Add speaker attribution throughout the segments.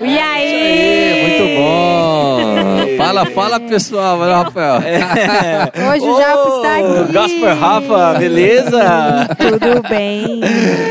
Speaker 1: E aí?
Speaker 2: Muito bom! Fala, fala pessoal, né, Rafael.
Speaker 1: Hoje o Japo está aqui.
Speaker 3: Gasper Rafa, beleza?
Speaker 1: Tudo bem?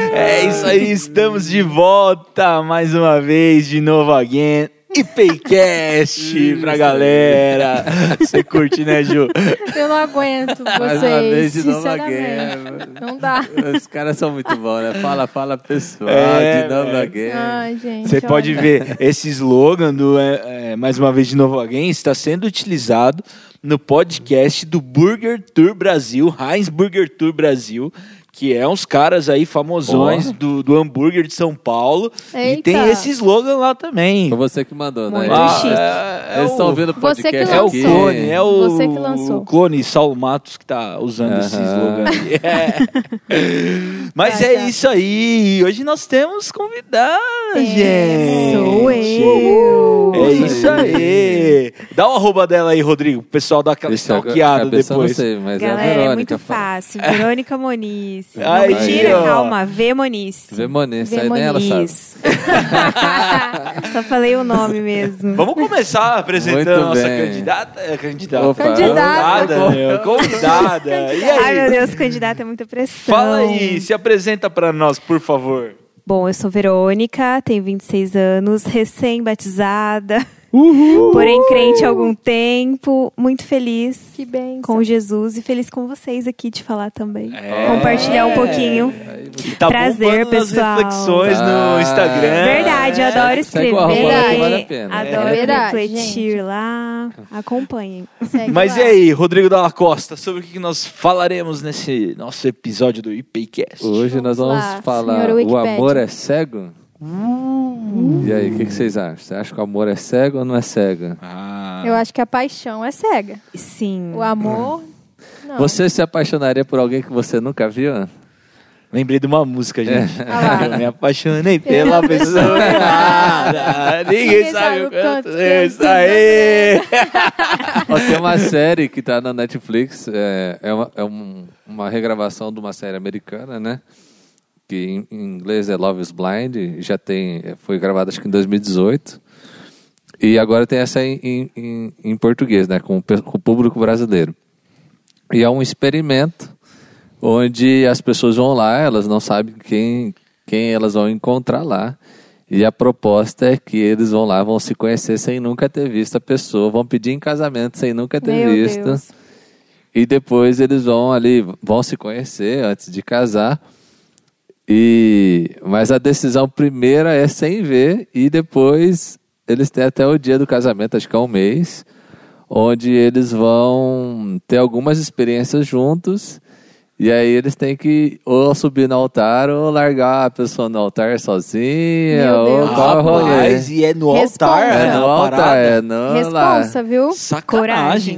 Speaker 3: É isso aí, estamos de volta mais uma vez, de novo again. E Paycast pra galera. Você curte, né, Ju?
Speaker 1: Eu não aguento
Speaker 2: Mais uma vez
Speaker 1: vocês,
Speaker 2: de novo
Speaker 1: sinceramente.
Speaker 2: again.
Speaker 1: Não dá.
Speaker 2: Os caras são muito bons, né? Fala, fala pessoal, Ah,
Speaker 3: É,
Speaker 2: de novo
Speaker 3: velho.
Speaker 2: again.
Speaker 1: Ai, gente.
Speaker 3: Você pode
Speaker 1: olha.
Speaker 3: ver esse slogan do é, é, Mais uma vez de novo alguém está sendo utilizado no podcast do Burger Tour Brasil, Heinz Burger Tour Brasil, que é uns caras aí famosões
Speaker 2: Ó.
Speaker 3: do, do hambúrguer de São Paulo. E
Speaker 1: Eita.
Speaker 3: tem esse slogan lá também.
Speaker 2: Foi você que mandou, né?
Speaker 1: Muito
Speaker 2: Eles-
Speaker 1: chique.
Speaker 3: é, é
Speaker 2: Eles estão
Speaker 3: o-
Speaker 2: vendo o
Speaker 1: Você que
Speaker 2: podcast
Speaker 3: É o
Speaker 1: lançou.
Speaker 2: aqui.
Speaker 3: clone, é o,
Speaker 1: Você que lançou.
Speaker 3: o clone Saulo Matos que tá usando esse
Speaker 2: Aham.
Speaker 3: slogan. aí. É. Mas
Speaker 1: Tá,
Speaker 3: é
Speaker 1: tá. É,
Speaker 3: isso aí. Hoje nós temos convidada, gente.
Speaker 1: Sou eu.
Speaker 3: É isso aí. Dá o arroba dela aí, Rodrigo. O pessoal dá aquela
Speaker 2: Deixa eu-
Speaker 3: stalkeada
Speaker 2: a pessoa
Speaker 3: depois.
Speaker 2: Não sei, mas é a
Speaker 4: Galera, é
Speaker 2: Verônica.
Speaker 4: muito fácil. Verônica Moniz.
Speaker 3: Aí,
Speaker 4: não, mentira,
Speaker 3: ó.
Speaker 4: calma. V Moniz.
Speaker 2: Vê Moniz, sai nela, sabe?
Speaker 4: Moniz. Só falei o nome mesmo.
Speaker 3: Vamos começar apresentando a
Speaker 2: Muito
Speaker 3: nossa
Speaker 2: bem.
Speaker 3: candidata. é, Candidata.
Speaker 2: Opa.
Speaker 1: Candidata.
Speaker 3: Convidada, meu, Convidada. E
Speaker 4: Ai, meu
Speaker 3: aí?
Speaker 4: Deus, candidato é muita pressão.
Speaker 3: Fala aí, se apresenta pra nós, por favor.
Speaker 4: Bom, eu sou Verônica, tenho 26 anos, recém-batizada, porém crente há algum tempo, muito feliz
Speaker 1: Que bem.
Speaker 4: com Jesus e feliz com vocês aqui de falar também.
Speaker 3: É.
Speaker 4: Compartilhar um pouquinho.
Speaker 3: E tá
Speaker 4: Prazer,
Speaker 3: bombando nas
Speaker 4: pessoal.
Speaker 3: reflexões no
Speaker 2: Tá.
Speaker 1: É.
Speaker 3: Instagram.
Speaker 4: Verdade, eu adoro
Speaker 2: Segue
Speaker 4: escrever.
Speaker 2: o arroba
Speaker 1: lá que
Speaker 4: Verdade.
Speaker 1: é vale
Speaker 2: a pena.
Speaker 4: Adoro
Speaker 1: É verdade,
Speaker 4: refletir
Speaker 1: gente.
Speaker 4: lá. Acompanhem.
Speaker 1: é
Speaker 3: Mas e aí, Rodrigo Dalla Costa, sobre o que que nós falaremos nesse nosso episódio do IPCast?
Speaker 2: Hoje nós
Speaker 1: Vamos
Speaker 2: vamos
Speaker 1: lá,
Speaker 2: falar
Speaker 1: senhor
Speaker 2: o
Speaker 1: Wikipedia.
Speaker 2: amor é cego? E aí, o que, que vocês acham? Você acha que o amor é cego ou não é cego?
Speaker 3: Ah,
Speaker 1: Eu acho que a paixão é cega.
Speaker 4: Sim.
Speaker 1: O amor. Não.
Speaker 2: Você se apaixonaria por alguém que você nunca viu?
Speaker 3: lembrei de uma música,
Speaker 2: É.
Speaker 3: gente.
Speaker 1: Ah lá.
Speaker 3: Eu me apaixonei pela pessoa errada. Ninguém sabe o quanto é isso aí.
Speaker 2: Ó, tem uma série que tá na Netflix, é, é, uma, é um- uma regravação de uma série americana, né? Que em, em inglês é Love is Blind, e já tem, é, foi gravada acho que em 2018. E agora tem essa em, em- em- em português, né? Com, o pe- com o público brasileiro. E é um experimento onde as pessoas vão lá, elas não sabem quem, quem elas vão encontrar lá. E a proposta é que eles vão lá, vão se conhecer sem nunca ter visto a pessoa, vão pedir em casamento sem nunca ter
Speaker 1: Meu
Speaker 2: visto.
Speaker 1: Deus.
Speaker 2: E depois eles vão ali, vão se conhecer antes de casar. E mas a decisão primeira é sem ver e depois eles têm até o dia do casamento, acho que é um mês, onde eles vão ter algumas experiências juntos. E aí eles têm que ou subir no altar ou largar a pessoa no altar sozinha,
Speaker 1: Meu
Speaker 2: ou
Speaker 1: Deus.
Speaker 2: qual é o rolê.
Speaker 3: Rapaz, e é no altar.
Speaker 1: Responsa.
Speaker 2: É no
Speaker 3: a
Speaker 2: altar,
Speaker 3: parada.
Speaker 2: é no lá.
Speaker 1: Responsa, viu?
Speaker 3: Sacanagem,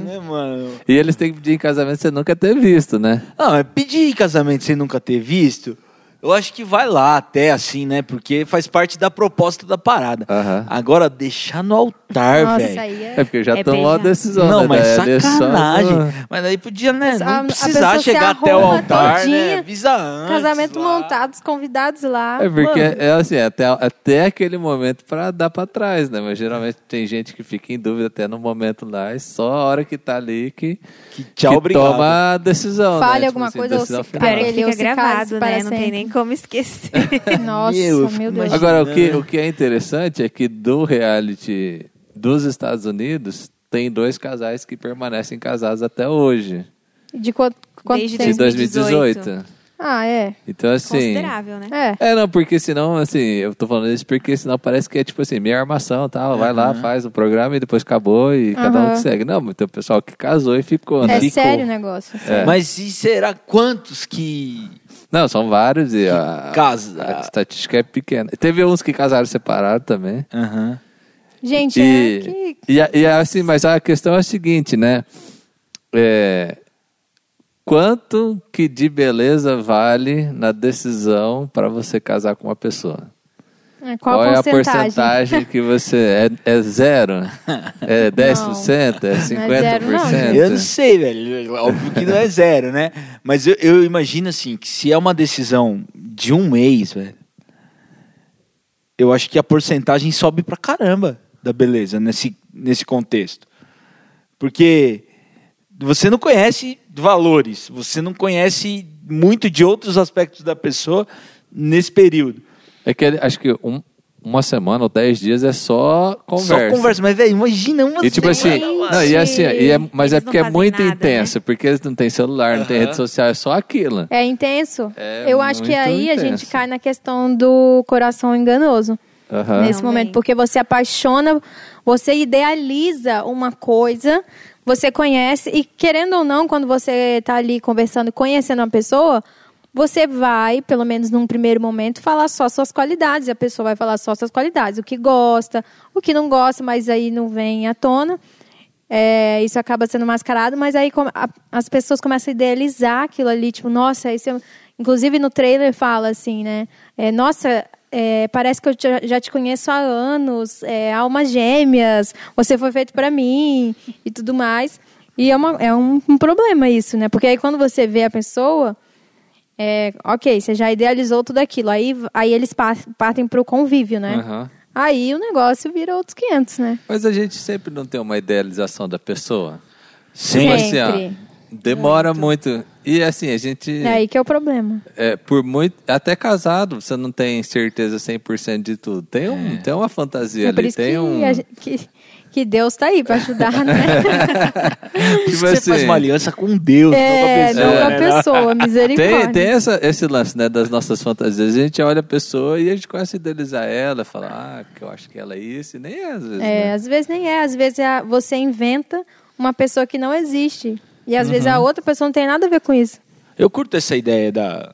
Speaker 4: Coragem.
Speaker 3: né, mano?
Speaker 2: E eles têm que pedir em casamento sem nunca ter visto, né?
Speaker 3: Não, é pedir casamento sem nunca ter visto. Eu acho que vai lá até assim, né? Porque faz parte da proposta da parada.
Speaker 2: Aham.
Speaker 3: Agora, deixar no altar,
Speaker 1: Nossa,
Speaker 3: velho.
Speaker 1: aí é.
Speaker 2: É porque já
Speaker 4: É
Speaker 2: tomou a
Speaker 4: bem-
Speaker 2: decisão,
Speaker 3: Não,
Speaker 2: né?
Speaker 3: mas
Speaker 2: da eleição.
Speaker 3: sacanagem. Mas aí podia, né?
Speaker 1: Mas a-
Speaker 3: Não
Speaker 1: a
Speaker 3: precisar
Speaker 1: pessoa se
Speaker 3: chegar até o
Speaker 1: arruma
Speaker 3: altar, né?
Speaker 1: todinha.
Speaker 3: Avisa antes.
Speaker 1: Casamento
Speaker 3: lá.
Speaker 1: montado, os convidados lá.
Speaker 2: É porque
Speaker 1: Mano,
Speaker 2: é assim, até, até aquele momento pra dar pra trás, né? Mas geralmente tem gente que fica em dúvida até no momento lá, e só a hora que tá ali que,
Speaker 3: Que tchau,
Speaker 2: que
Speaker 3: obrigado.
Speaker 2: toma a decisão. né?
Speaker 1: Fale
Speaker 2: Tipo
Speaker 1: alguma
Speaker 2: assim,
Speaker 1: coisa ou
Speaker 2: decisão
Speaker 1: se
Speaker 2: final.
Speaker 4: Pior é que
Speaker 1: Ele ou
Speaker 4: fica
Speaker 1: se case
Speaker 4: gravado,
Speaker 1: para
Speaker 4: né? Não
Speaker 1: sempre.
Speaker 4: tem nem como esquecer.
Speaker 1: Nossa,
Speaker 3: Meu, eu
Speaker 1: meu,
Speaker 3: fico
Speaker 1: Deus.
Speaker 3: imaginando.
Speaker 2: Agora, o que, o que é interessante é que do reality dos Estados Unidos, tem dois casais que permanecem casados até hoje.
Speaker 1: De quanto, quanto
Speaker 4: Desde
Speaker 1: tempo?
Speaker 2: De 2018.
Speaker 4: 2018.
Speaker 1: Ah, é.
Speaker 2: Então, assim.
Speaker 4: Considerável, né?
Speaker 1: É.
Speaker 2: É, não, porque senão, assim, eu tô falando isso porque senão parece que é tipo assim, minha armação e tal, vai lá, faz o programa e depois acabou e cada um
Speaker 1: Aham.
Speaker 2: que segue. Não, mas tem o pessoal que casou e ficou, né?
Speaker 1: É
Speaker 2: Ficou.
Speaker 1: sério o negócio. assim.
Speaker 2: É.
Speaker 3: Mas e será quantos que
Speaker 2: Não, são vários e a,
Speaker 3: casa?
Speaker 2: a estatística é pequena. Teve uns que casaram separado também.
Speaker 3: Aham.
Speaker 1: Gente, é
Speaker 2: E,
Speaker 1: que...
Speaker 2: e, a- e a- assim, mas a questão é a seguinte, né? É, quanto que de beleza vale na decisão para você casar com uma pessoa?
Speaker 1: é, Qual, a
Speaker 2: é a
Speaker 1: porcentagem?
Speaker 2: porcentagem que você. É, é zero? É 10%? É 50%?
Speaker 1: zero, não, gente.
Speaker 3: Eu não sei, velho. Óbvio que não é zero, né? Mas eu, eu imagino assim, que se é uma decisão de um mês, velho. eu acho que a porcentagem sobe pra caramba da beleza nesse, nesse contexto. Porque você não conhece valores, você não conhece muito de outros aspectos da pessoa nesse período.
Speaker 2: É que acho que um- uma semana ou dez dias é só conversa.
Speaker 3: Só conversa, mas velho, imagina uma
Speaker 2: E tipo assim,
Speaker 3: semana.
Speaker 2: não, e assim, e é-
Speaker 4: Eles
Speaker 2: mas é
Speaker 4: não
Speaker 2: porque é
Speaker 4: fazem
Speaker 2: muito
Speaker 1: né?
Speaker 4: nada,
Speaker 2: intenso, porque eles não têm celular, não tem
Speaker 3: Aham.
Speaker 2: rede social, é só aquilo.
Speaker 1: É intenso.
Speaker 2: É
Speaker 1: eu acho que
Speaker 2: muito
Speaker 1: aí a gente
Speaker 2: intenso.
Speaker 1: cai na questão do coração enganoso
Speaker 2: Aham.
Speaker 1: nesse momento, porque você apaixona, você idealiza uma coisa, você conhece e querendo ou não, quando você tá ali conversando, conhecendo uma pessoa, você vai, pelo menos num primeiro momento, falar só suas qualidades. E a pessoa vai falar só suas qualidades, o que gosta, o que não gosta, mas aí não vem à tona. É, isso acaba sendo mascarado, mas aí come- a- as pessoas começam a idealizar aquilo ali, tipo, nossa, isso é... Inclusive no trailer fala assim, né? É, nossa, é, parece que eu já, já te conheço há anos, é, almas gêmeas, você foi feito pra mim e tudo mais. E é, uma- é um, um problema isso, né? Porque aí quando você vê a pessoa, é, ok, você já idealizou tudo aquilo, aí, aí eles pa- partem pro convívio, né?
Speaker 2: Aham.
Speaker 1: Aí o negócio vira outros 500, né?
Speaker 2: Mas a gente sempre não tem uma idealização da pessoa.
Speaker 3: Sim.
Speaker 1: Sim.
Speaker 2: Assim, ó,
Speaker 1: Sempre.
Speaker 2: demora muito. E assim, a gente.
Speaker 1: É aí que é o problema.
Speaker 2: É, por muito. Até casado, você não tem certeza 100% de tudo. Tem, um, tem uma fantasia
Speaker 1: É por
Speaker 2: ali,
Speaker 1: isso
Speaker 2: tem
Speaker 1: que,
Speaker 2: um.
Speaker 1: a gen- que, que Deus tá aí pra ajudar, né?
Speaker 2: tipo
Speaker 3: Você faz uma aliança com Deus,
Speaker 1: é,
Speaker 3: não com a pessoa.
Speaker 1: não com a
Speaker 3: né?
Speaker 1: pessoa, misericórdia.
Speaker 2: Tem, tem essa, esse lance né, das nossas fantasias. A gente olha a pessoa e a gente começa a idealizar ela, fala, ah, que eu acho que ela é isso, e nem é às vezes.
Speaker 1: É,
Speaker 2: né?
Speaker 1: às vezes nem é, às vezes é a- você inventa uma pessoa que não existe. E às vezes é a
Speaker 2: Uhum.
Speaker 1: outra pessoa não tem nada a ver com isso.
Speaker 3: Eu curto essa ideia da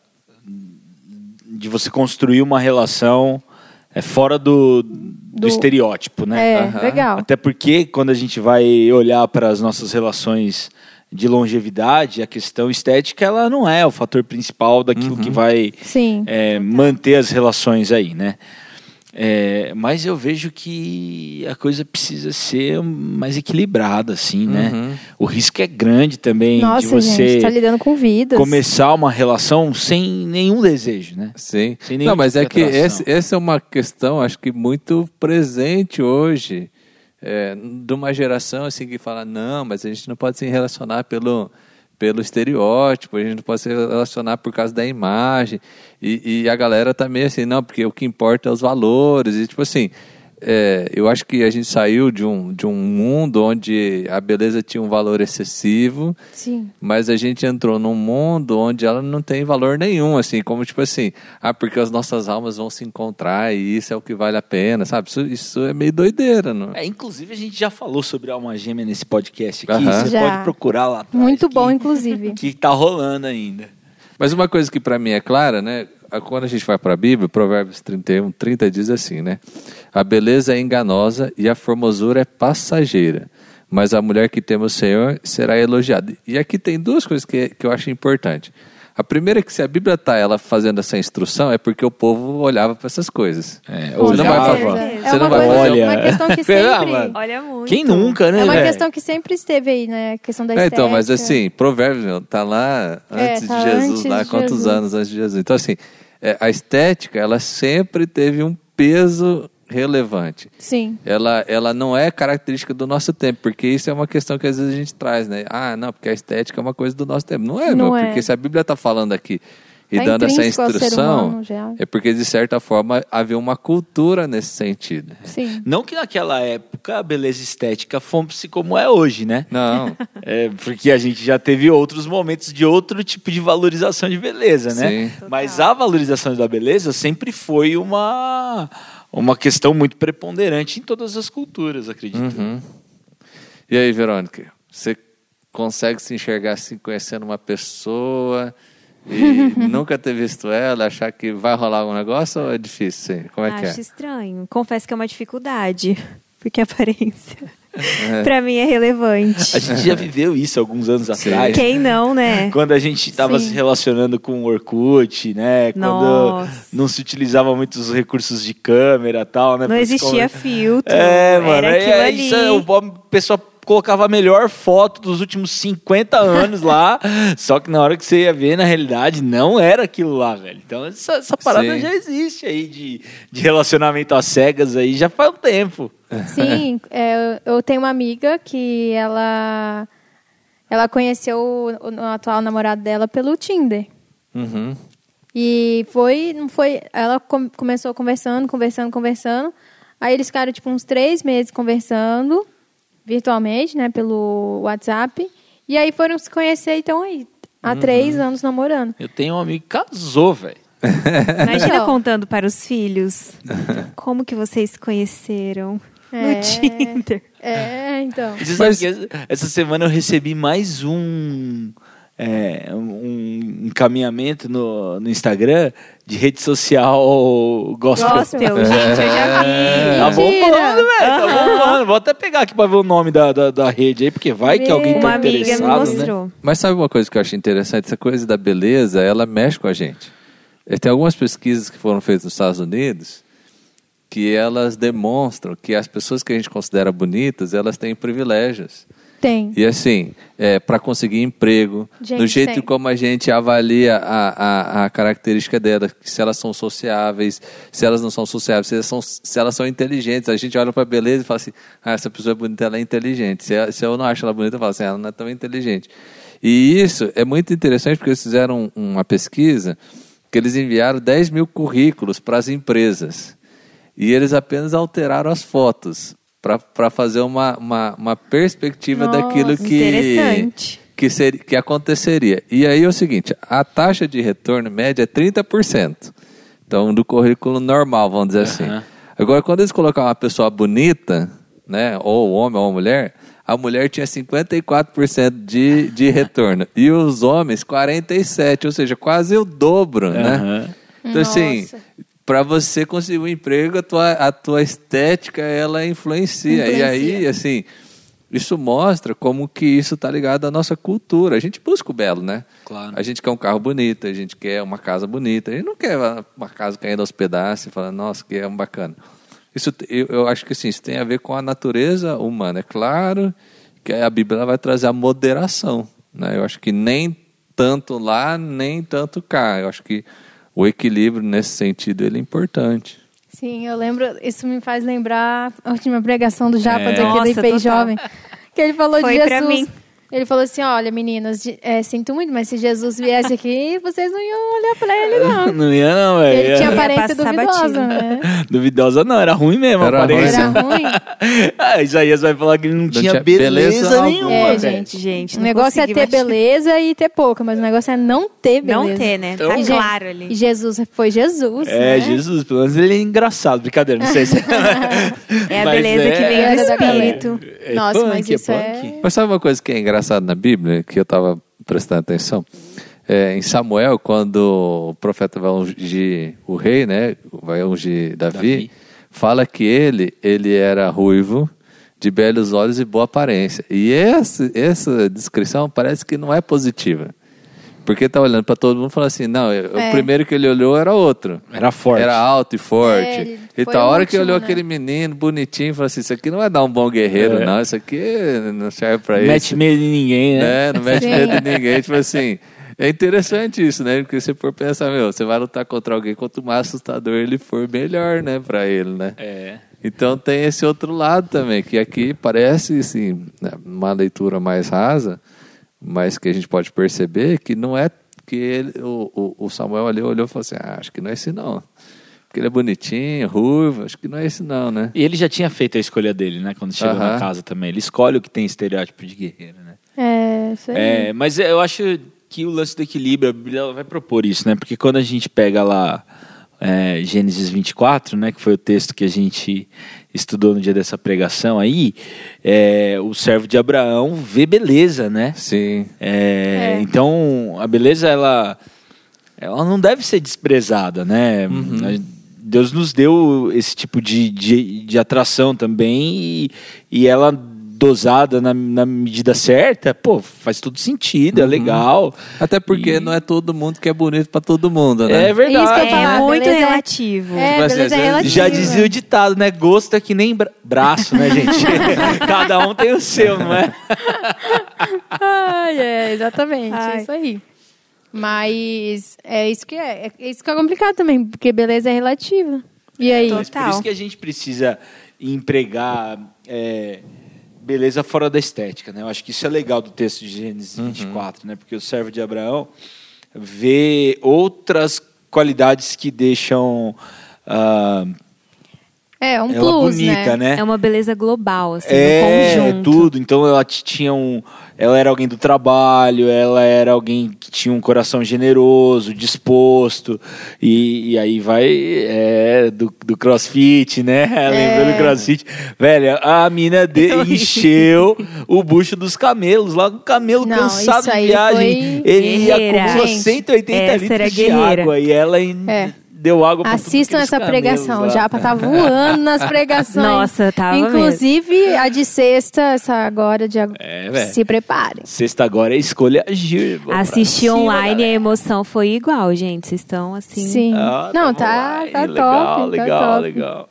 Speaker 3: de você construir uma relação é fora do, do,
Speaker 1: Do-
Speaker 3: estereótipo, né?
Speaker 1: É,
Speaker 2: Aham.
Speaker 1: legal.
Speaker 3: Até porque quando a gente vai olhar para as nossas relações de longevidade, a questão estética ela não é o fator principal daquilo que vai
Speaker 1: Sim.
Speaker 3: é, manter as relações aí, né? É, mas eu vejo que a coisa precisa ser mais equilibrada, assim, né? O risco é grande também de
Speaker 1: Nossa,
Speaker 3: você
Speaker 1: gente, tá lidando com vidas.
Speaker 3: começar uma relação sem nenhum desejo, né?
Speaker 2: Sim.
Speaker 3: Sem nenhum
Speaker 2: Não, mas
Speaker 3: tipo
Speaker 2: é
Speaker 3: de
Speaker 2: que
Speaker 3: atração.
Speaker 2: esse- essa é uma questão, acho que muito presente hoje, é, de uma geração assim que fala, não, mas a gente não pode se relacionar pelo, pelo estereótipo, a gente não pode se relacionar por causa da imagem. E, e a galera tá meio assim, não, porque o que importa é os valores. E tipo assim, é, eu acho que a gente saiu de um, de um mundo onde a beleza tinha um valor excessivo.
Speaker 1: Sim.
Speaker 2: Mas a gente entrou num mundo onde ela não tem valor nenhum, assim, como tipo assim, ah, porque as nossas almas vão se encontrar e isso é o que vale a pena, sabe? Isso, isso é meio doideira, não?
Speaker 3: É, inclusive, a gente já falou sobre Alma Gêmea nesse podcast aqui.
Speaker 2: Aham.
Speaker 3: Você
Speaker 1: Já.
Speaker 3: pode procurar lá atrás.
Speaker 1: Muito
Speaker 3: que-
Speaker 1: bom, inclusive.
Speaker 3: Que tá rolando ainda.
Speaker 2: Mas uma coisa que pra mim é clara, né? a- Quando a gente vai pra Bíblia, Provérbios 31, 30 diz assim, né? A beleza é enganosa e a formosura é passageira, mas a mulher que teme o Senhor será elogiada. E aqui tem duas coisas que, que eu acho importante. A primeira é que se a Bíblia tá ela fazendo essa instrução é porque o povo olhava pra essas coisas.
Speaker 3: É,
Speaker 1: Com
Speaker 2: Você não vai
Speaker 1: certeza.
Speaker 2: falar.
Speaker 1: É
Speaker 2: Você
Speaker 1: uma
Speaker 2: não vai
Speaker 1: coisa-
Speaker 2: fazer.
Speaker 1: uma questão que
Speaker 3: Pera,
Speaker 1: sempre-
Speaker 3: mano.
Speaker 4: Olha muito.
Speaker 3: Quem nunca, né,
Speaker 1: É uma
Speaker 3: velho?
Speaker 1: questão que sempre esteve aí, né? A questão da
Speaker 2: É,
Speaker 1: estética.
Speaker 2: então, mas assim, Provérbios meu, tá lá
Speaker 1: É,
Speaker 2: antes
Speaker 1: tá
Speaker 2: de Jesus,
Speaker 1: antes
Speaker 2: lá
Speaker 1: de
Speaker 2: quantos
Speaker 1: Jesus.
Speaker 2: anos antes de Jesus. Então, assim, é, a estética, ela sempre teve um peso relevante.
Speaker 1: Sim.
Speaker 2: Ela, ela não é característica do nosso tempo, porque isso é uma questão que às vezes a gente traz, né? Ah, não, porque a estética é uma coisa do nosso tempo. Não é,
Speaker 1: Não
Speaker 2: meu,
Speaker 1: é.
Speaker 2: porque se a Bíblia tá falando aqui e
Speaker 1: Tá
Speaker 2: dando essa
Speaker 1: intrínseco ao ser
Speaker 2: instrução,
Speaker 1: humano, já.
Speaker 2: é porque, de certa forma, havia uma cultura nesse sentido.
Speaker 1: Sim.
Speaker 3: Não que naquela época a beleza estética fosse como é hoje, né?
Speaker 2: Não,
Speaker 3: É, porque a gente já teve outros momentos de outro tipo de valorização de beleza, né?
Speaker 2: Sim.
Speaker 3: Mas a valorização da beleza sempre foi uma, uma questão muito preponderante em todas as culturas, acredito.
Speaker 2: E aí, Verônica, você consegue se enxergar assim, conhecendo uma pessoa e nunca ter visto ela, achar que vai rolar algum negócio ou é difícil? Sim? Como é que
Speaker 4: Acho
Speaker 2: é?
Speaker 4: estranho. Confesso que é uma dificuldade, porque a aparência pra mim é relevante.
Speaker 3: A gente já viveu isso alguns anos
Speaker 2: Sim.
Speaker 3: atrás.
Speaker 4: Quem não, né?
Speaker 3: Quando a gente estava
Speaker 1: Sim.
Speaker 3: se relacionando com o Orkut, né? Quando
Speaker 4: Nossa.
Speaker 3: não se utilizava muito os recursos de câmera e tal, né?
Speaker 4: Não
Speaker 3: pra se
Speaker 4: existia
Speaker 3: conver-
Speaker 4: filtro.
Speaker 3: É, mano.
Speaker 4: era
Speaker 3: É,
Speaker 4: aquilo
Speaker 3: é,
Speaker 4: ali.
Speaker 3: isso é, o bom- a pessoa colocava a melhor foto dos últimos 50 anos lá. Só que na hora que você ia ver, na realidade, não era aquilo lá, velho. Então essa, essa parada
Speaker 2: Sim.
Speaker 3: já existe aí de, de relacionamento às cegas aí já faz um tempo.
Speaker 1: Sim, é, eu tenho uma amiga que ela ela conheceu o, o atual namorado dela pelo Tinder.
Speaker 2: Uhum.
Speaker 1: E foi, não foi, ela com- começou conversando, conversando, conversando. Aí eles ficaram tipo uns três meses conversando virtualmente, né, pelo WhatsApp. E aí foram se conhecer, então aí há três anos namorando.
Speaker 3: Eu tenho um amigo que casou, velho.
Speaker 4: Imagina
Speaker 1: Então.
Speaker 4: tá contando para os filhos como que vocês se conheceram
Speaker 1: É.
Speaker 4: no Tinder.
Speaker 1: É, então.
Speaker 3: Você
Speaker 2: Mas-
Speaker 3: sabe que essa- essa semana eu recebi mais um, é, um encaminhamento no, no Instagram de rede social gospel. É.
Speaker 4: Gospel, gente, eu já vi.
Speaker 3: Tá bombando,
Speaker 1: Mentira.
Speaker 3: velho. Tá bombando. Vou até pegar aqui pra ver o nome da, da, da rede aí, porque vai que alguém
Speaker 4: Uma
Speaker 3: tá
Speaker 4: amiga me
Speaker 3: interessado, né?
Speaker 4: mostrou.
Speaker 2: Mas sabe uma coisa que eu acho interessante? Essa coisa da beleza, ela mexe com a gente. Eh, Tem algumas pesquisas que foram feitas nos Estados Unidos que elas demonstram que as pessoas que a gente considera bonitas, elas têm privilégios.
Speaker 1: Tem.
Speaker 2: E assim, é, para conseguir emprego,
Speaker 1: Gente,
Speaker 2: do jeito
Speaker 1: tem.
Speaker 2: como a gente avalia a, a, a característica delas, que se elas são sociáveis, se elas não são sociáveis, se elas são, se elas são inteligentes. A gente olha para beleza e fala assim: ah, essa pessoa é bonita, ela é inteligente. Se, ela- se eu não acho ela bonita, eu falo assim: ela não é tão inteligente. E isso é muito interessante porque eles fizeram um, uma pesquisa que eles enviaram 10 mil currículos para as empresas. E eles apenas alteraram as fotos para fazer uma, uma, uma perspectiva
Speaker 1: Nossa,
Speaker 2: daquilo que,
Speaker 4: Interessante.
Speaker 2: que, seria, que aconteceria. E aí é o seguinte, a taxa de retorno média é 30%. Então, do currículo normal, vamos dizer assim. Agora, quando eles colocaram uma pessoa bonita, né, ou homem ou mulher, a mulher tinha 54% de, de retorno. e os homens, 47%, ou seja, quase o dobro, né?
Speaker 3: Aham.
Speaker 2: Então, assim,
Speaker 1: Nossa.
Speaker 2: para você conseguir um emprego, a tua, a tua estética, ela influencia. E aí, assim, isso mostra como que isso está ligado à nossa cultura. A gente busca o belo, né?
Speaker 3: Claro.
Speaker 2: A gente quer um carro bonito, a gente quer uma casa bonita. A gente não quer uma casa caindo aos pedaços e falando, nossa, que é um bacana. Isso, te- eu, eu acho que assim, isso tem a ver com a natureza humana. É claro que a Bíblia ela vai trazer a moderação. Né? Eu acho que nem tanto lá, nem tanto cá. Eu acho que o equilíbrio nesse sentido ele é importante.
Speaker 1: Sim, eu lembro. Isso me faz lembrar a última pregação do Japa
Speaker 3: É.
Speaker 1: daquele
Speaker 4: Nossa,
Speaker 1: IP
Speaker 4: total.
Speaker 1: jovem. Que ele falou
Speaker 4: Foi
Speaker 1: de
Speaker 4: pra
Speaker 1: Jesus.
Speaker 4: mim.
Speaker 1: Ele falou assim: olha, meninas, de- é, sinto muito, mas se Jesus viesse aqui, vocês não iam olhar pra ele, não.
Speaker 3: Não É. ia não,
Speaker 1: Ele tinha
Speaker 3: velho.
Speaker 1: aparência
Speaker 4: passar batido.
Speaker 1: duvidosa, né?
Speaker 3: Duvidosa não, era ruim mesmo a
Speaker 2: Era
Speaker 3: aparência.
Speaker 1: Era ruim.
Speaker 3: ah, Isaías vai falar que ele não, tinha,
Speaker 2: tinha
Speaker 3: beleza,
Speaker 2: beleza
Speaker 3: nenhuma,
Speaker 1: É,
Speaker 3: velho.
Speaker 1: gente,
Speaker 4: gente,
Speaker 1: o
Speaker 4: não
Speaker 1: negócio é
Speaker 4: consegui
Speaker 1: ter
Speaker 4: imaginar.
Speaker 1: beleza e ter pouca, mas o negócio é não ter beleza.
Speaker 4: Não ter, né? Tá
Speaker 1: E, gente,
Speaker 4: claro
Speaker 1: E
Speaker 4: ali.
Speaker 1: Jesus foi Jesus.
Speaker 3: Então, É,
Speaker 1: né?
Speaker 3: Jesus, pelo menos ele é engraçado. Brincadeira, não sei se...
Speaker 4: É a
Speaker 3: Mas
Speaker 4: beleza que vem
Speaker 1: Era
Speaker 4: do
Speaker 1: da galera.
Speaker 4: espírito.
Speaker 3: É
Speaker 1: Nossa,
Speaker 3: punk,
Speaker 1: mas
Speaker 3: é
Speaker 1: isso é-
Speaker 3: punk.
Speaker 2: Mas sabe uma coisa que é engraçada na Bíblia, que eu estava prestando atenção? É, em Samuel, quando o profeta vai ungir o rei, né? Vai ungir Davi,
Speaker 3: Davi.
Speaker 2: fala que ele, ele era ruivo, de belos olhos e boa aparência. E essa, essa descrição parece que não é positiva. Porque tá olhando para todo mundo e fala assim: não, eu-
Speaker 1: É.
Speaker 2: o primeiro que ele olhou era outro.
Speaker 3: Era forte.
Speaker 2: Era alto e forte.
Speaker 1: É, ele
Speaker 2: e
Speaker 1: foi
Speaker 2: tá a
Speaker 1: o
Speaker 2: hora que
Speaker 1: último,
Speaker 2: olhou
Speaker 1: né?
Speaker 2: aquele menino bonitinho, falou assim: Isso aqui não vai dar um bom guerreiro,
Speaker 3: É.
Speaker 2: não. Isso aqui não serve pra isso.
Speaker 3: Mete medo em ninguém,
Speaker 2: né?
Speaker 3: né?
Speaker 2: Não mete
Speaker 1: Sim.
Speaker 2: medo em ninguém. Tipo assim, é interessante isso, né? Porque você for pensar, meu, você vai lutar contra alguém, quanto mais assustador ele for, melhor, né, pra ele, né?
Speaker 3: É.
Speaker 2: Então tem esse outro lado também, que aqui parece, assim, né, uma leitura mais rasa, mas que a gente pode perceber que não é que ele- o, o, o Samuel ali olhou e falou assim, ah, acho que não é esse não. Porque ele é bonitinho, ruivo, acho que não é esse não, né?
Speaker 3: E ele já tinha feito a escolha dele, né? Quando chegou
Speaker 2: Aham.
Speaker 3: na casa também. Ele escolhe o que tem estereótipo de guerreiro, né?
Speaker 1: É, isso aí.
Speaker 3: É, mas eu acho que o lance do equilíbrio, a Bíblia ela vai propor isso, né? Porque quando a gente pega lá é, Gênesis 24, né? Que foi o texto que a gente estudou no dia dessa pregação aí, é, o servo de Abraão vê beleza, né?
Speaker 2: Sim.
Speaker 3: É,
Speaker 1: É.
Speaker 3: Então, a beleza, ela, ela não deve ser desprezada, né? A- Deus nos deu esse tipo de, de, de atração também e, e ela dosada na, na medida certa, pô, faz todo sentido, é legal.
Speaker 2: Até porque
Speaker 3: E-
Speaker 2: não é todo mundo que é bonito pra todo mundo, né?
Speaker 3: É
Speaker 1: Isso que eu ia
Speaker 3: verdade.
Speaker 1: falar,
Speaker 4: É muito
Speaker 1: beleza?
Speaker 4: relativo.
Speaker 1: É,
Speaker 2: Tipo assim,
Speaker 1: beleza,
Speaker 2: às
Speaker 1: é
Speaker 2: vezes-
Speaker 1: relativo.
Speaker 3: Já dizia o ditado, né? Gosto é que nem bra- braço, né, gente? Cada um tem o seu, não é?
Speaker 1: Ai, é, exatamente,
Speaker 4: Ai.
Speaker 1: é isso aí. Mas é isso que é, é isso que é complicado também, porque beleza é relativa. E aí?
Speaker 4: Tô-
Speaker 3: Mas por
Speaker 4: Total.
Speaker 3: isso que a gente precisa empregar é, beleza fora da estética, né? Eu acho que isso é legal do texto de Gênesis 24, né? Porque o servo de Abraão vê outras qualidades que deixam ah,
Speaker 1: É, um
Speaker 3: ela
Speaker 1: plus,
Speaker 3: bonita,
Speaker 1: né?
Speaker 3: né?
Speaker 4: É uma beleza global, assim,
Speaker 3: É,
Speaker 4: um conjunto.
Speaker 3: tudo. Então ela t- tinha um. Ela era alguém do trabalho, ela era alguém que tinha um coração generoso, disposto. E, e aí vai é, do, do crossfit, né?
Speaker 1: É.
Speaker 3: Lembrando do crossfit. Velho, a mina de- encheu o bucho dos camelos. Lá o camelo
Speaker 1: Não,
Speaker 3: cansado
Speaker 1: isso
Speaker 3: de
Speaker 1: aí
Speaker 3: viagem.
Speaker 1: foi
Speaker 3: Ele
Speaker 4: guerreira.
Speaker 3: acumula
Speaker 1: Gente,
Speaker 4: essa
Speaker 3: 180
Speaker 4: era
Speaker 3: litros de
Speaker 4: guerreira.
Speaker 3: água. E ela en-
Speaker 1: É.
Speaker 3: deu água pra tudo
Speaker 1: Assistam
Speaker 3: aqueles
Speaker 1: essa
Speaker 3: camelos
Speaker 1: pregação.
Speaker 3: lá.
Speaker 1: O Japa tá voando nas pregações.
Speaker 4: Nossa, tava
Speaker 1: Inclusive, a de sexta, essa agora de agora.
Speaker 3: É, velho.
Speaker 1: Se preparem.
Speaker 3: Sexta agora é escolha agir. vamos pra
Speaker 4: Assistir
Speaker 3: cima,
Speaker 4: online
Speaker 3: galera.
Speaker 4: a emoção foi igual, gente. Vocês estão assim.
Speaker 1: Sim.
Speaker 3: Ah,
Speaker 1: Não,
Speaker 3: tamo
Speaker 1: tá,
Speaker 3: online,
Speaker 1: tá
Speaker 3: legal,
Speaker 1: top.
Speaker 3: Legal,
Speaker 1: tá top.
Speaker 3: legal.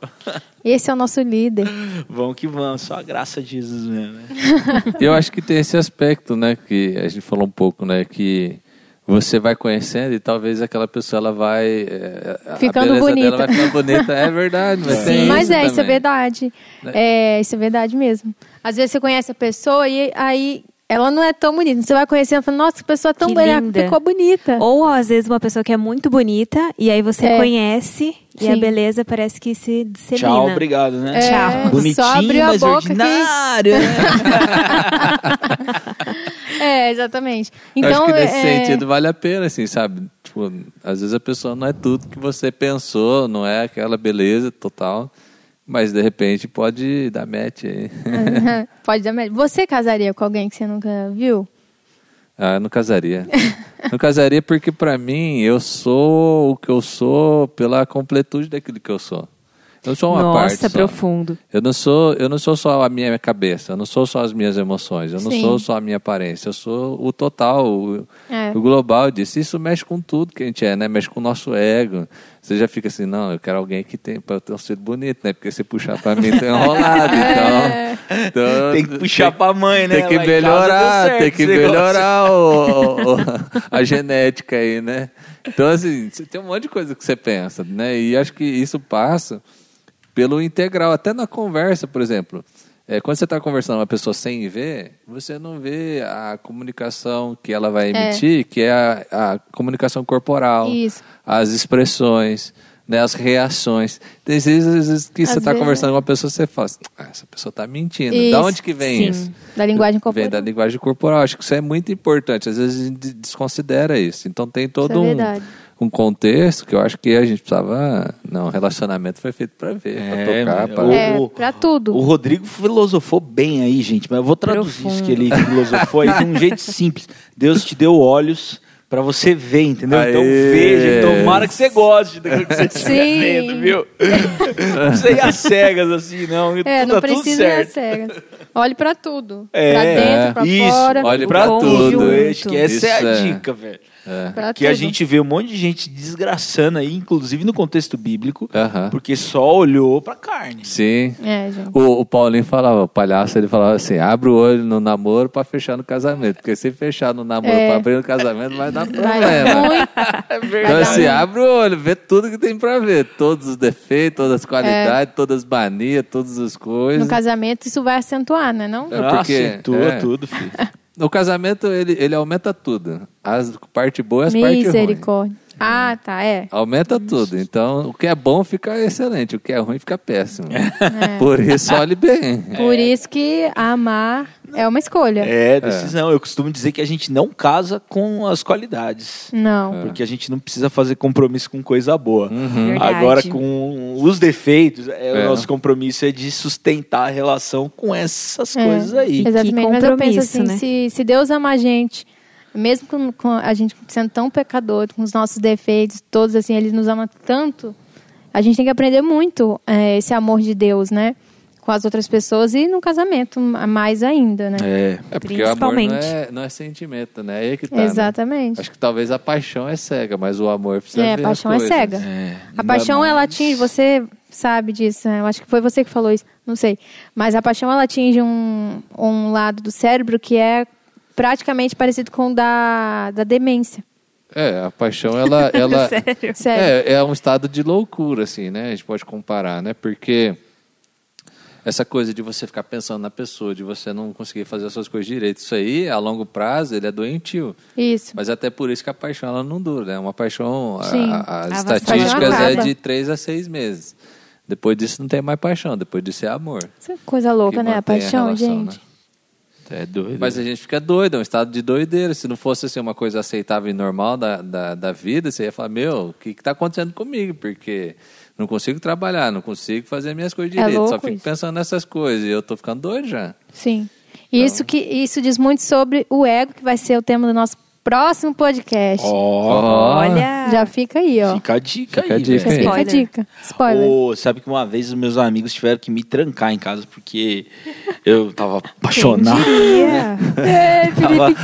Speaker 1: Esse é o nosso líder.
Speaker 3: Vão que vão, só a graça de Jesus mesmo. né?
Speaker 2: Eu acho que tem esse aspecto, né, que a gente falou um pouco, né, que você vai conhecendo e talvez aquela pessoa ela vai é, a-
Speaker 1: Ficando
Speaker 2: a beleza
Speaker 1: bonita.
Speaker 2: dela vai ficando bonita, é verdade, mas tem
Speaker 1: Sim, mas é, isso é
Speaker 2: também.
Speaker 1: verdade. É, isso é verdade mesmo. Às vezes você conhece a pessoa e aí ela não é tão bonita. Você vai conhecendo e fala, nossa, que pessoa tão
Speaker 4: Que
Speaker 1: bonita,
Speaker 4: linda.
Speaker 1: ficou bonita.
Speaker 4: Ou às vezes uma pessoa que é muito bonita e aí você
Speaker 1: É.
Speaker 4: conhece e
Speaker 1: Sim.
Speaker 4: a beleza parece que se dissemina.
Speaker 3: Tchau, obrigado, né?
Speaker 1: É,
Speaker 4: Tchau.
Speaker 1: Só
Speaker 3: Bonitinho,
Speaker 1: abriu a
Speaker 3: mas
Speaker 1: boca
Speaker 3: ordinário. né?
Speaker 1: que... É, exatamente.
Speaker 2: Eu
Speaker 1: Então,
Speaker 2: acho que nesse
Speaker 1: é,
Speaker 2: sentido vale a pena, assim, sabe? Tipo, às vezes a pessoa não é tudo que você pensou, não é aquela beleza total, mas de repente pode dar match aí.
Speaker 1: É pode dar merda. Você casaria com alguém que você nunca viu?
Speaker 2: Ah, eu não casaria. não casaria porque pra mim eu sou o que eu sou pela completude daquilo que eu sou. Eu sou uma parte.
Speaker 4: Nossa,
Speaker 2: só.
Speaker 4: profundo.
Speaker 2: Eu não sou, eu não sou só a minha cabeça, eu não sou só as minhas emoções, eu não
Speaker 1: Sim.
Speaker 2: sou só a minha aparência, eu sou o total, o,
Speaker 1: É.
Speaker 2: o global disso. Isso mexe com tudo que a gente é, né? Mexe com o nosso ego. Você já fica assim, não, eu quero alguém que tem para eu ter um ser bonito, né? Porque se puxar pra mim tá enrolado, então, então-
Speaker 3: Tem que puxar pra mãe, né?
Speaker 2: Tem que
Speaker 3: Lá em casa deu
Speaker 2: melhorar,
Speaker 3: certo
Speaker 2: tem que
Speaker 3: esse negócio.
Speaker 2: melhorar o- o- a genética aí, né? Então, assim, cê tem um monte de coisa que você pensa, né? E acho que isso passa pelo integral. Até na conversa, por exemplo. É, quando você está conversando com uma pessoa sem ver, você não vê a comunicação que ela vai emitir, que é a, a comunicação corporal,
Speaker 1: Isso.
Speaker 2: as expressões, né, as reações. Tem vezes, às vezes que
Speaker 1: Às
Speaker 2: você está
Speaker 1: vezes, é.
Speaker 2: conversando com uma pessoa, você fala assim, ah, essa pessoa está mentindo.
Speaker 1: Isso.
Speaker 2: Da onde que vem
Speaker 4: Sim.
Speaker 2: isso?
Speaker 1: Da linguagem
Speaker 2: Vem
Speaker 1: corporal.
Speaker 2: da linguagem corporal. Acho que isso é muito importante. Às vezes a gente desconsidera isso. Então tem todo
Speaker 1: Isso é verdade.
Speaker 2: um, um contexto que eu acho que a gente precisava. Não, relacionamento foi feito pra ver,
Speaker 3: É,
Speaker 2: pra tocar.
Speaker 3: mano.
Speaker 2: pra-
Speaker 3: O-
Speaker 1: É,
Speaker 3: o-
Speaker 1: pra tudo.
Speaker 3: O Rodrigo filosofou bem aí, gente, mas eu vou traduzir isso que ele filosofou aí de um jeito simples. Deus te deu olhos pra você ver, entendeu? Então
Speaker 2: Aê.
Speaker 3: veja, tomara que você goste daquilo que você estiver
Speaker 1: Sim.
Speaker 3: vendo, viu? Não precisa ir às cegas assim, não.
Speaker 1: É,
Speaker 3: tudo,
Speaker 1: não
Speaker 3: tá tudo
Speaker 1: precisa ir às
Speaker 3: certo.
Speaker 1: cegas. Olhe pra tudo.
Speaker 3: É,
Speaker 1: pra dentro, pra
Speaker 3: isso,
Speaker 1: fora.
Speaker 2: Olhe
Speaker 4: O
Speaker 2: pra
Speaker 4: conjunto.
Speaker 2: tudo.
Speaker 3: Eu acho que essa
Speaker 2: Isso É.
Speaker 3: é a dica, velho.
Speaker 1: pra
Speaker 3: Que a
Speaker 1: tudo.
Speaker 3: gente vê um monte de gente desgraçando aí, inclusive no contexto bíblico,
Speaker 2: Aham.
Speaker 3: porque só olhou pra carne.
Speaker 2: Sim.
Speaker 1: É, gente.
Speaker 2: O, o Paulinho falava, o palhaço, ele falava assim: abre o olho no namoro pra fechar no casamento. Porque se fechar no namoro
Speaker 1: É.
Speaker 2: pra abrir no casamento, vai dar
Speaker 1: Vai
Speaker 2: problema.
Speaker 1: muito.
Speaker 2: Então,
Speaker 1: Vai
Speaker 2: assim,
Speaker 1: dar
Speaker 2: abre o olho, vê tudo que tem pra ver. Todos os defeitos, todas as qualidades, todas as manias, todas as coisas.
Speaker 1: No casamento, isso vai acentuar, né? Não?
Speaker 2: É, porque-
Speaker 3: acentua
Speaker 2: é.
Speaker 3: tudo, filho.
Speaker 2: O casamento, ele, ele aumenta tudo. As parte boa e as partes ruins.
Speaker 1: Misericórdia. Ah, tá, é.
Speaker 2: Aumenta tudo. Então, o que é bom fica excelente, o que é ruim fica péssimo.
Speaker 1: É.
Speaker 2: Por isso, olhe bem.
Speaker 1: Por isso que amar é uma escolha.
Speaker 3: É, decisão. Eu costumo dizer que a gente não casa com as qualidades.
Speaker 2: É.
Speaker 1: Não.
Speaker 3: Porque a gente não precisa fazer compromisso com coisa boa.
Speaker 4: Verdade.
Speaker 3: Agora, com os defeitos, é,
Speaker 2: Uhum. É.
Speaker 3: o nosso compromisso é de sustentar a relação com essas
Speaker 1: É,
Speaker 3: coisas aí.
Speaker 4: que
Speaker 1: Exatamente. Mas eu penso
Speaker 4: compromisso,
Speaker 1: assim,
Speaker 4: né?
Speaker 1: se, se Deus ama a gente, mesmo com, com a gente sendo tão pecador, com os nossos defeitos, todos assim, Ele nos ama tanto, a gente tem que aprender muito é, esse amor de Deus, né? com as outras pessoas e no casamento m- mais ainda, né?
Speaker 3: É.
Speaker 2: É porque o amor não é,
Speaker 4: Principalmente.
Speaker 2: não é sentimento, né? É aí que tá, né?
Speaker 1: Exatamente.
Speaker 2: Acho que talvez a paixão é cega, mas o amor precisa
Speaker 1: É, a
Speaker 2: ver as
Speaker 1: paixão é
Speaker 2: coisas.
Speaker 1: cega. A paixão, ela atinge, você sabe disso, né? eu acho que foi você que falou isso, não sei. Mas a paixão, ela atinge um, um lado do cérebro que é praticamente parecido com o da, da demência.
Speaker 2: É, a paixão, ela... ela
Speaker 4: Sério.
Speaker 1: Sério.
Speaker 2: é, é um estado de loucura, assim, né? A gente pode comparar, né? Porque essa coisa de você ficar pensando na pessoa, de você não conseguir fazer as suas coisas direito, isso aí, a longo prazo, ele é doentio.
Speaker 1: Isso.
Speaker 2: Mas até por isso que a paixão ela não dura, né? Uma paixão, a-
Speaker 1: Sim.
Speaker 2: a- as
Speaker 4: A
Speaker 2: estatísticas
Speaker 1: paixão
Speaker 2: é
Speaker 1: acaba.
Speaker 2: de três a seis meses. Depois disso não tem mais paixão, depois disso é amor.
Speaker 1: Isso é coisa louca,
Speaker 2: que
Speaker 1: né? A
Speaker 2: mantém
Speaker 1: paixão,
Speaker 2: relação,
Speaker 1: gente.
Speaker 2: né?
Speaker 3: É doido.
Speaker 2: Mas a gente fica doido, é um estado de doideira. Se não fosse assim, uma coisa aceitável e normal da, da, da vida, você ia falar, meu, o que está acontecendo comigo? Porque não consigo trabalhar, não consigo fazer minhas coisas
Speaker 1: É
Speaker 2: direito, só
Speaker 1: louco
Speaker 2: fico
Speaker 1: isso.
Speaker 2: pensando nessas coisas e eu tô ficando doido já.
Speaker 1: Sim. E Isso, que, isso diz muito sobre o ego, que vai ser o tema do nosso próximo podcast.
Speaker 3: Ó,
Speaker 4: Olha.
Speaker 1: Já fica aí, ó.
Speaker 3: fica a dica
Speaker 2: Fica a
Speaker 3: aí,
Speaker 2: dica
Speaker 1: Já
Speaker 3: velho.
Speaker 1: fica a
Speaker 4: Ah. Spoiler.
Speaker 1: dica. Spoiler.
Speaker 3: Ô, sabe que uma vez os meus amigos tiveram que me trancar em casa porque eu tava apaixonado.
Speaker 4: Diria.
Speaker 1: Ei, Felipe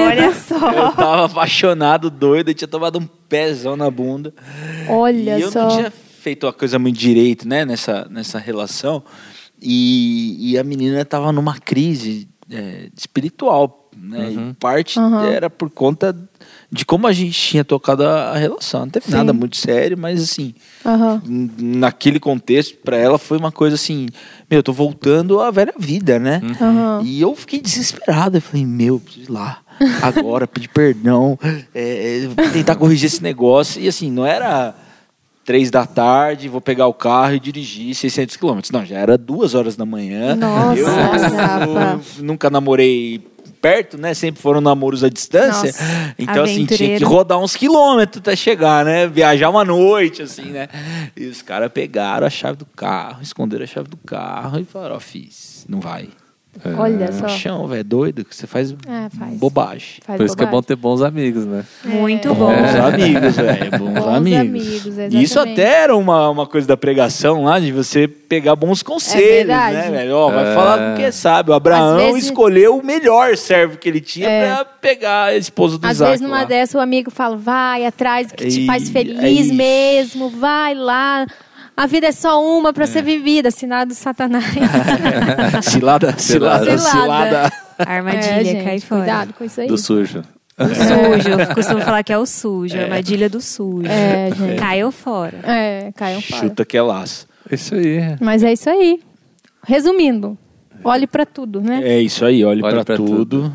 Speaker 4: Olha só.
Speaker 3: Eu tava apaixonado, doido, eu tinha tomado um pezão na bunda.
Speaker 1: Olha
Speaker 3: e eu
Speaker 1: só.
Speaker 3: não tinha feito a coisa muito direito, né, nessa, nessa relação. E, e a menina tava numa crise é, espiritual, né? E parte
Speaker 1: Uhum.
Speaker 3: era por conta de como a gente tinha tocado a, a relação. Não teve
Speaker 1: Sim.
Speaker 3: nada muito sério, mas assim,
Speaker 1: Aham.
Speaker 3: n- naquele contexto, pra ela foi uma coisa assim: meu, eu tô voltando à velha vida, né?
Speaker 1: Aham.
Speaker 3: E eu fiquei desesperado. Eu falei, meu, preciso ir lá. Agora, pedir perdão. é, é, tentar corrigir esse negócio. E assim, não era três da tarde, vou pegar o carro e dirigir 600 quilômetros. Não, já era duas horas da manhã.
Speaker 1: Nossa,
Speaker 3: eu,
Speaker 1: Rafa.
Speaker 3: eu nunca namorei perto, né? Sempre foram namoros à distância.
Speaker 4: Nossa,
Speaker 3: então, assim, tinha que
Speaker 4: aventureiro.
Speaker 3: rodar uns quilômetros até chegar, né? Viajar uma noite, assim, né? E os caras pegaram a chave do carro, esconderam a chave do carro e falaram, ó, fiz, não vai. É.
Speaker 1: Olha só.
Speaker 3: Paixão, velho, doido, que você faz,
Speaker 1: É, faz.
Speaker 3: bobagem.
Speaker 1: Faz
Speaker 2: Por isso que é
Speaker 1: bobagem.
Speaker 2: bom ter bons amigos, né?
Speaker 4: Muito
Speaker 3: Bons
Speaker 4: bom.
Speaker 2: É.
Speaker 3: amigos, velho, bons,
Speaker 1: É Bons amigos,
Speaker 3: amigos.
Speaker 1: exatamente.
Speaker 3: E Isso até era uma, uma coisa da pregação lá, de você pegar bons conselhos,
Speaker 1: É verdade.
Speaker 3: né, velho? Ó, vai
Speaker 2: É.
Speaker 3: falar com quem sabe. O Abraão
Speaker 1: Às vezes-
Speaker 3: escolheu o melhor servo que ele tinha
Speaker 1: É.
Speaker 3: pra pegar a esposa do
Speaker 1: Às
Speaker 3: Isaac
Speaker 1: vezes numa
Speaker 3: lá.
Speaker 1: dessa o amigo fala, vai atrás do que te
Speaker 3: Ei,
Speaker 1: faz
Speaker 3: é
Speaker 1: feliz
Speaker 3: isso.
Speaker 1: mesmo, vai lá. A vida é só uma pra ser vivida, assinado Satanás.
Speaker 3: Cilada, cilada,
Speaker 2: Cilada.
Speaker 3: cilada.
Speaker 1: É,
Speaker 4: Armadilha,
Speaker 1: gente,
Speaker 4: cai fora. É.
Speaker 1: Cuidado né? com isso aí.
Speaker 2: Do sujo.
Speaker 4: Sujo. Eu costumo falar que é o sujo. Armadilha do sujo.
Speaker 1: É, gente.
Speaker 4: Caiu fora.
Speaker 1: É, caiu fora.
Speaker 3: Chuta que é laço.
Speaker 2: Isso aí.
Speaker 1: Mas é isso aí. Resumindo, olhe pra tudo, né?
Speaker 3: É isso aí, olhe
Speaker 2: Olhe
Speaker 3: pra,
Speaker 2: pra
Speaker 3: tudo.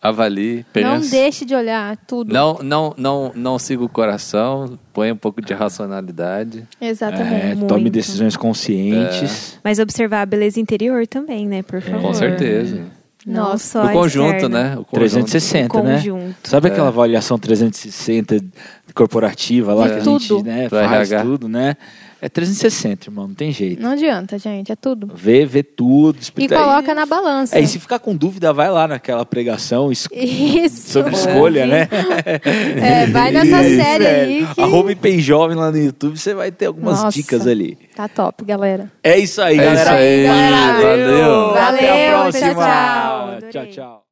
Speaker 2: Avalie,
Speaker 3: É,
Speaker 2: pense.
Speaker 1: Não deixe de olhar tudo.
Speaker 2: Não, não, não, não siga o coração, põe um pouco de racionalidade.
Speaker 1: Exatamente.
Speaker 3: É, tome
Speaker 4: muito.
Speaker 3: decisões conscientes.
Speaker 4: Mas observar a beleza interior também, né? Por favor.
Speaker 2: É.
Speaker 1: É.
Speaker 2: Com certeza.
Speaker 4: Não
Speaker 1: Nossa.
Speaker 4: só
Speaker 2: o
Speaker 4: a
Speaker 2: conjunto,
Speaker 4: externa.
Speaker 2: né? O conjunto. É.
Speaker 3: 360, né?
Speaker 4: Conjunto.
Speaker 3: Sabe aquela avaliação 360 corporativa lá
Speaker 1: De
Speaker 3: que a
Speaker 1: tudo.
Speaker 3: gente né,
Speaker 2: Do
Speaker 3: faz
Speaker 2: RH.
Speaker 3: tudo, né? É 360, irmão, não tem jeito.
Speaker 1: Não adianta, gente, é tudo.
Speaker 3: Vê, vê tudo.
Speaker 1: E
Speaker 3: explica-
Speaker 1: coloca na
Speaker 3: É,
Speaker 1: balança.
Speaker 3: e se ficar com dúvida, vai lá naquela pregação es-
Speaker 1: Isso.
Speaker 3: sobre escolha, né?
Speaker 1: É, vai nessa
Speaker 3: Isso,
Speaker 1: série
Speaker 3: é.
Speaker 1: aí que...
Speaker 3: Arroba IP Jovem lá no YouTube, você vai ter algumas
Speaker 1: Nossa.
Speaker 3: dicas ali.
Speaker 1: Tá top, galera.
Speaker 3: É isso aí,
Speaker 2: É
Speaker 3: galera.
Speaker 2: isso aí,
Speaker 1: galera.
Speaker 2: valeu.
Speaker 1: Valeu,
Speaker 3: Até a
Speaker 1: tchau,
Speaker 3: próxima.
Speaker 1: tchau.
Speaker 3: tchau.
Speaker 4: Adorei.
Speaker 3: tchau.